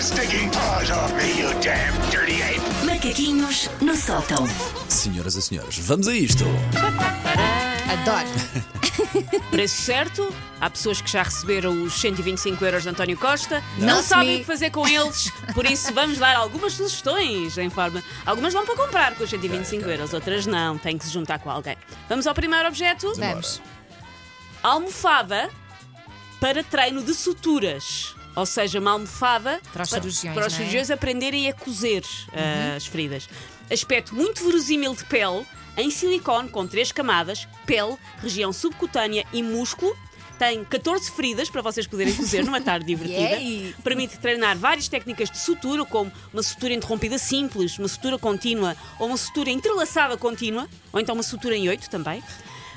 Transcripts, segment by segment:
stinking paws off me, you damn dirty ape! Macaquinhos no sótão. Senhoras e senhores, vamos a isto! Adoro. Preço certo. Há pessoas que já receberam os 125 euros de António Costa, não, Not sabem me. o que fazer com eles, por isso vamos dar algumas sugestões em forma. Algumas vão para comprar com os 125 euros, outras não, tem que se juntar com alguém. Vamos ao primeiro objeto: Vamos. é almofada para treino de suturas. Ou seja, uma almofada Para os pa- cirurgiões, não é? para os Uhum. cirurgiões aprenderem a cozer ah, as feridas. Aspecto muito verosímil de pele, em silicone, com três camadas: pele, região subcutânea e músculo. Tem 14 feridas para vocês poderem cozer numa tarde divertida. Yay! Permite treinar várias técnicas de sutura, como uma sutura interrompida simples, uma sutura contínua ou uma sutura entrelaçada contínua, ou então uma sutura em oito também.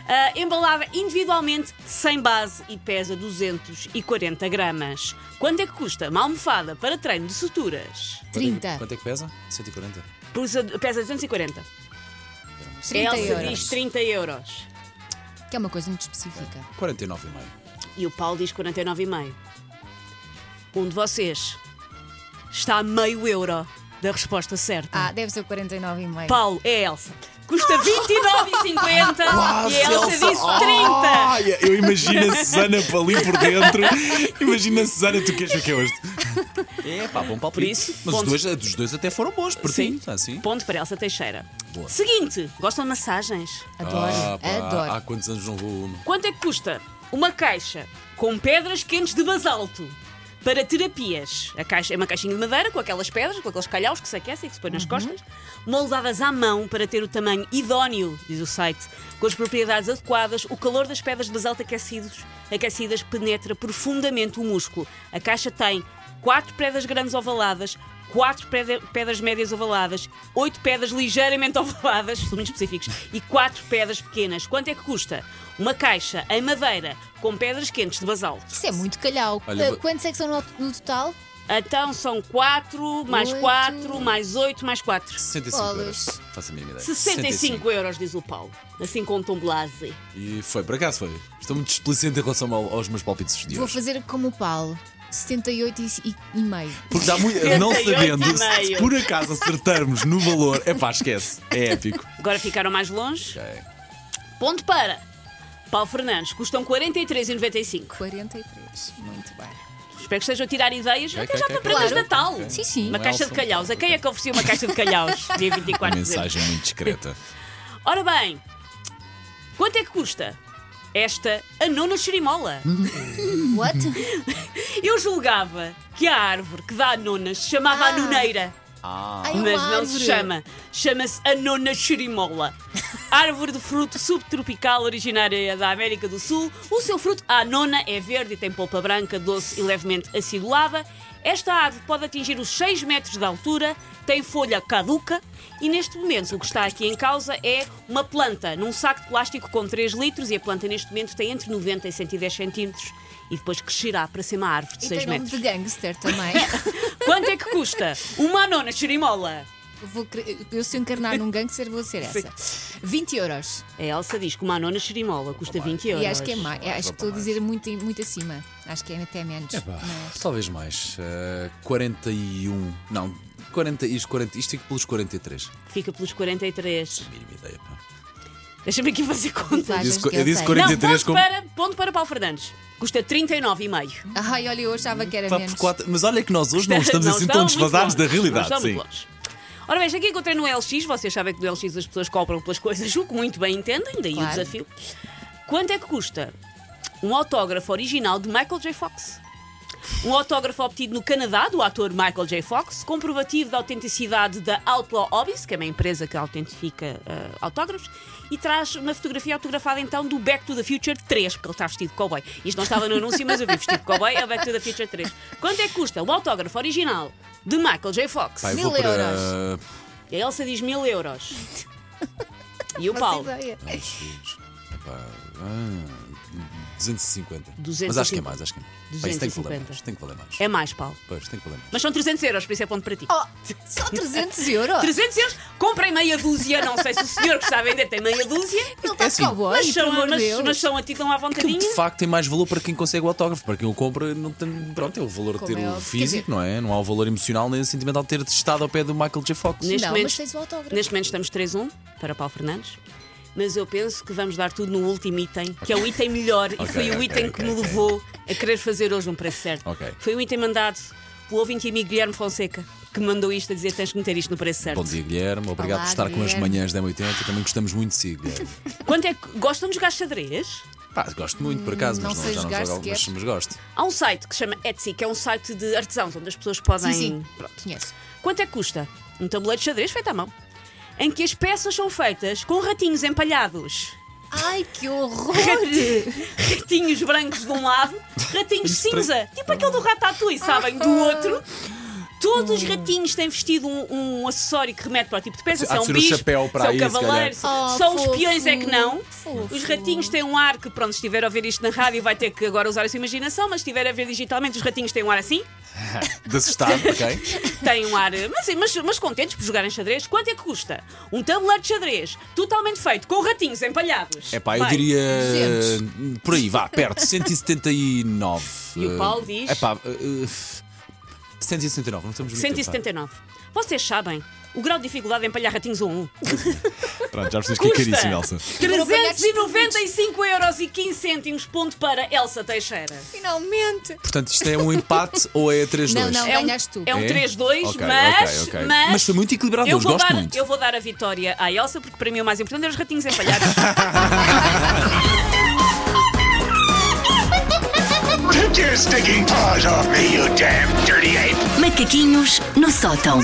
Ah, embalada individualmente, sem base e pesa 240 gramas. Quanto é que custa uma almofada para treino de suturas? Quanto é, 30. que- quanto é que pesa? 140. Pesa pesa 240. é 30 Elsa diz euros. 30 euros. Que é uma coisa muito específica. 49,5. E o Paulo diz 49,5. Um de vocês está a meio euro da resposta certa. Ah, deve ser 49,5. Paulo é a Elsa. Custa 29,50 Ah, e a Elsa Ah. disse 30. Ai, eu imagino a Susana para ali por dentro. Imagina a Susana, tu queres o que é hoje? É, pá, bom palpite. Por isso, Mas os ponto. dois, os dois até foram bons, por ti. Está assim. Ponto para Elsa Teixeira. Boa. Seguinte, gostam de massagens? Adoro, Ah, pá, adoro. Há quantos anos não vou a uma? Quanto é que custa uma caixa com pedras quentes de basalto para terapias? A caixa é uma caixinha de madeira com aquelas pedras, com aqueles calhaus que se aquecem, que se põem nas costas, moldadas à mão para ter o tamanho idóneo, diz o site, com as propriedades adequadas, o calor das pedras de basalto aquecidos, aquecidas penetra profundamente o músculo. A caixa tem quatro pedras grandes ovaladas, quatro pedra- pedras médias ovaladas, oito pedras ligeiramente ovaladas, são muito específicos, e quatro pedras pequenas. Quanto é que custa? Uma caixa em madeira com pedras quentes de basalto. Isso é muito calhau. Olha, Ah, vou- Quantos é que são no, no total? Então são quatro, mais Oito. quatro, mais oito, mais quatro. 65 euros. Bolas. Faço a mínima ideia. 65 euros, diz o Paulo. Assim com um tom blase. E foi, por acaso foi. Estou muito explicente em relação ao- aos meus palpites de Vou hoje. fazer como o Paulo. 78 e, e, e meio. Porque dá muito. Não 78,5. sabendo, se por acaso acertarmos no valor, é pá, esquece. É épico. Agora ficaram mais longe. Ok. Ponto para. Paulo Fernandes, custam 43,95. 43. Muito bem. Espero que estejam a tirar ideias. Ok, Até ok, já ok. para prendas de Claro. Natal. Sim, sim. Uma Não é caixa de alfabeto. calhaus. A quem é que oferecia uma caixa de calhaus? Dia 24 Uma de dezembro. mensagem muito discreta. Ora bem, quanto é que custa esta a nona xerimola? Hum. What? Eu julgava que a árvore que dá a nona se chamava a Ah. noneira. Ai, É Um uma Mas não se árvore. chama. Chama-se a nona xerimola. Árvore de fruto subtropical originária da América do Sul. O seu fruto, a nona, é verde e tem polpa branca, doce e levemente acidulada. Esta árvore pode atingir os 6 metros de altura, tem folha caduca e neste momento o que está aqui em causa é uma planta num saco de plástico com 3 litros e a planta neste momento tem entre 90 e 110 centímetros e depois crescerá para ser uma árvore de E 6 tem nome metros. de gangster também. Quanto é que custa uma nona xerimola? Eu vou, cre- eu, se eu encarnar num gangster, vou ser essa. 20 euros. A Elsa diz que uma nona xerimola custa 20 euros. E acho que é mais. Acho que estou a dizer muito, muito acima. Acho que é até menos. Pá, Mas- Talvez mais. eh, 41. Não, 40, isto, 40, isto fica pelos 43. Fica pelos 43. Mínima ideia, pá. Deixa-me aqui fazer conta. Vai. Eu disse, que eu eu disse sei. Não, 43 ponto, como. para, ponto para Paulo Fernandes. Custa 39,5. Ai, olha, eu achava que era Pá, É menos. por quatro- Mas olha que nós hoje não estamos assim estão tão muito desfasados longe. da Não realidade. estão Sim. muito longe. Ora bem, isto aqui encontrei no LX. Vocês sabem que no LX as pessoas compram pelas coisas, o que muito bem entendem, daí Claro. o desafio. Quanto é que custa um autógrafo original de Michael J. Fox? Um autógrafo obtido no Canadá do ator Michael J. Fox, comprovativo da autenticidade da Outlaw Hobbies, que é uma empresa que autentifica ah, autógrafos, e traz uma fotografia autografada então do Back to the Future 3, porque ele está vestido de cowboy. Isto não estava no anúncio, mas eu vi vestido de cowboy, é o Back to the Future 3. Quanto é que custa o autógrafo original de Michael J. Fox? Pá, eu Mil vou para. ah, euros. E a Elsa diz mil euros. E o Faço Paulo? ideia. Ai, Jesus. pá. Ah, 250. 250. Mas acho que é mais, acho que é mais. Pá, isso tem que valer 250. mais. Tem que valer mais. É mais, Paulo. Pois, tem que valer mais. Mas são 300 euros, por isso é ponto para ti. Oh, só 300 euros? 300 euros? Comprem meia dúzia. Não sei se o senhor que está a vender tem meia dúzia. Não está É de assim, cowboy, mas, pelo são, amor de mas, Deus. mas são a ti tão à Aquilo vontadinha. de facto tem mais valor para quem consegue o autógrafo. Para quem o compra, não tem, pronto, é o valor de Como ter é o óbvio, físico, quer dizer- não é? Não há o valor emocional nem sentimental de ter estado ao pé do Michael J. Fox. Neste não, momento- mas tens o autógrafo. Neste momento estamos 3-1 para Paulo Fernandes. Mas eu penso que vamos dar tudo no último item, que é o item melhor e Ok, foi o ok, item ok, que me ok. levou a querer fazer hoje um preço certo. Ok. Foi um item mandado pelo ouvinte e amigo Guilherme Fonseca, que me mandou isto a dizer: tens que meter isto no preço certo. Bom dia, Guilherme. Obrigado Olá, por estar com as Guilherme. manhãs da M80. Também gostamos muito de si, Guilherme. Quanto é que gostam de jogar xadrez? Pá, gosto muito, por acaso, Não mas sei já não jogar jogo, mas, sequer. mas gosto. Há um site que se chama Etsy, que é um site de artesãos, onde as pessoas podem. Sim, sim. Conheço. Quanto é que custa? Um tabuleiro de xadrez feito à mão, em que as peças são feitas com ratinhos empalhados. Ai, que horror! Rati- Ratinhos brancos de um lado, ratinhos cinza, tipo aquele do Ratatouille, sabem, do outro. Todos os ratinhos têm vestido um, um acessório que remete para o tipo de Há peça. de Se é um ser o bispo, chapéu para se é um aí, se cavaleiro. calhar. se- Oh, Só os fofo. peões é que não. Fofo. Os ratinhos têm um ar que, pronto, se estiver a ouvir isto na rádio, vai ter que agora usar a sua imaginação, mas se estiver a ver digitalmente, os ratinhos têm um ar assim. De assustar, ok? Tem um ar, mas, mas, mas contentes por jogarem xadrez. Quanto é que custa? Um tabuleiro de xadrez totalmente feito com ratinhos empalhados. É pá, eu Vai. diria. Por aí, vá, perto. 179. E o Paulo diz? É pá, eh, 179, não estamos muito tempo, pá. 179. Vocês sabem o grau de dificuldade em empalhar ratinhos um a um? Pronto, já percebes é Custa Elsa. 395 euros e 15 cêntimos, ponto para Elsa Teixeira. Finalmente! Portanto, isto é um empate ou é 3-2? Não, não. É um, ganhaste tu. é um É? 3-2, Ok, mas, ok, ok. mas. Mas foi muito equilibrado, eu eu vou, gosto dar, muito. eu vou dar a vitória à Elsa, porque para mim o mais importante era os ratinhos empalhados. Take your stinking paws off me, you damn dirty ape! Macaquinhos no sótão.